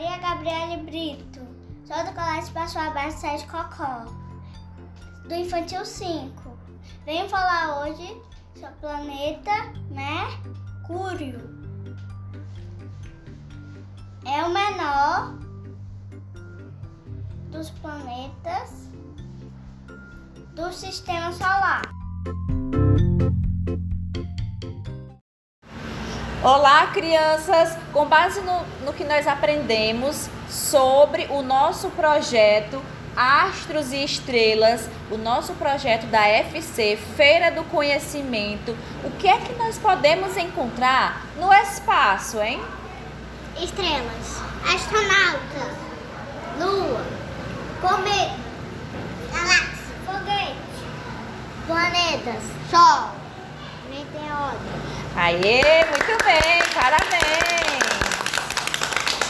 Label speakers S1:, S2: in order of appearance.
S1: é Gabriele Brito. Sou do Colégio Passo Abaixo Sede Cocó, do Infantil 5. Venho falar hoje sobre o planeta Mercúrio. É o menor dos planetas do sistema solar.
S2: Olá, crianças! Com base no, no que nós aprendemos sobre o nosso projeto Astros e Estrelas, o nosso projeto da FC, Feira do Conhecimento, o que é que nós podemos encontrar no espaço, hein?
S3: Estrelas,
S1: Astronautas, Lua, Cometa, Galáxia, Foguete, Planetas, Sol, Meteoro.
S2: Aê, muito bem, parabéns!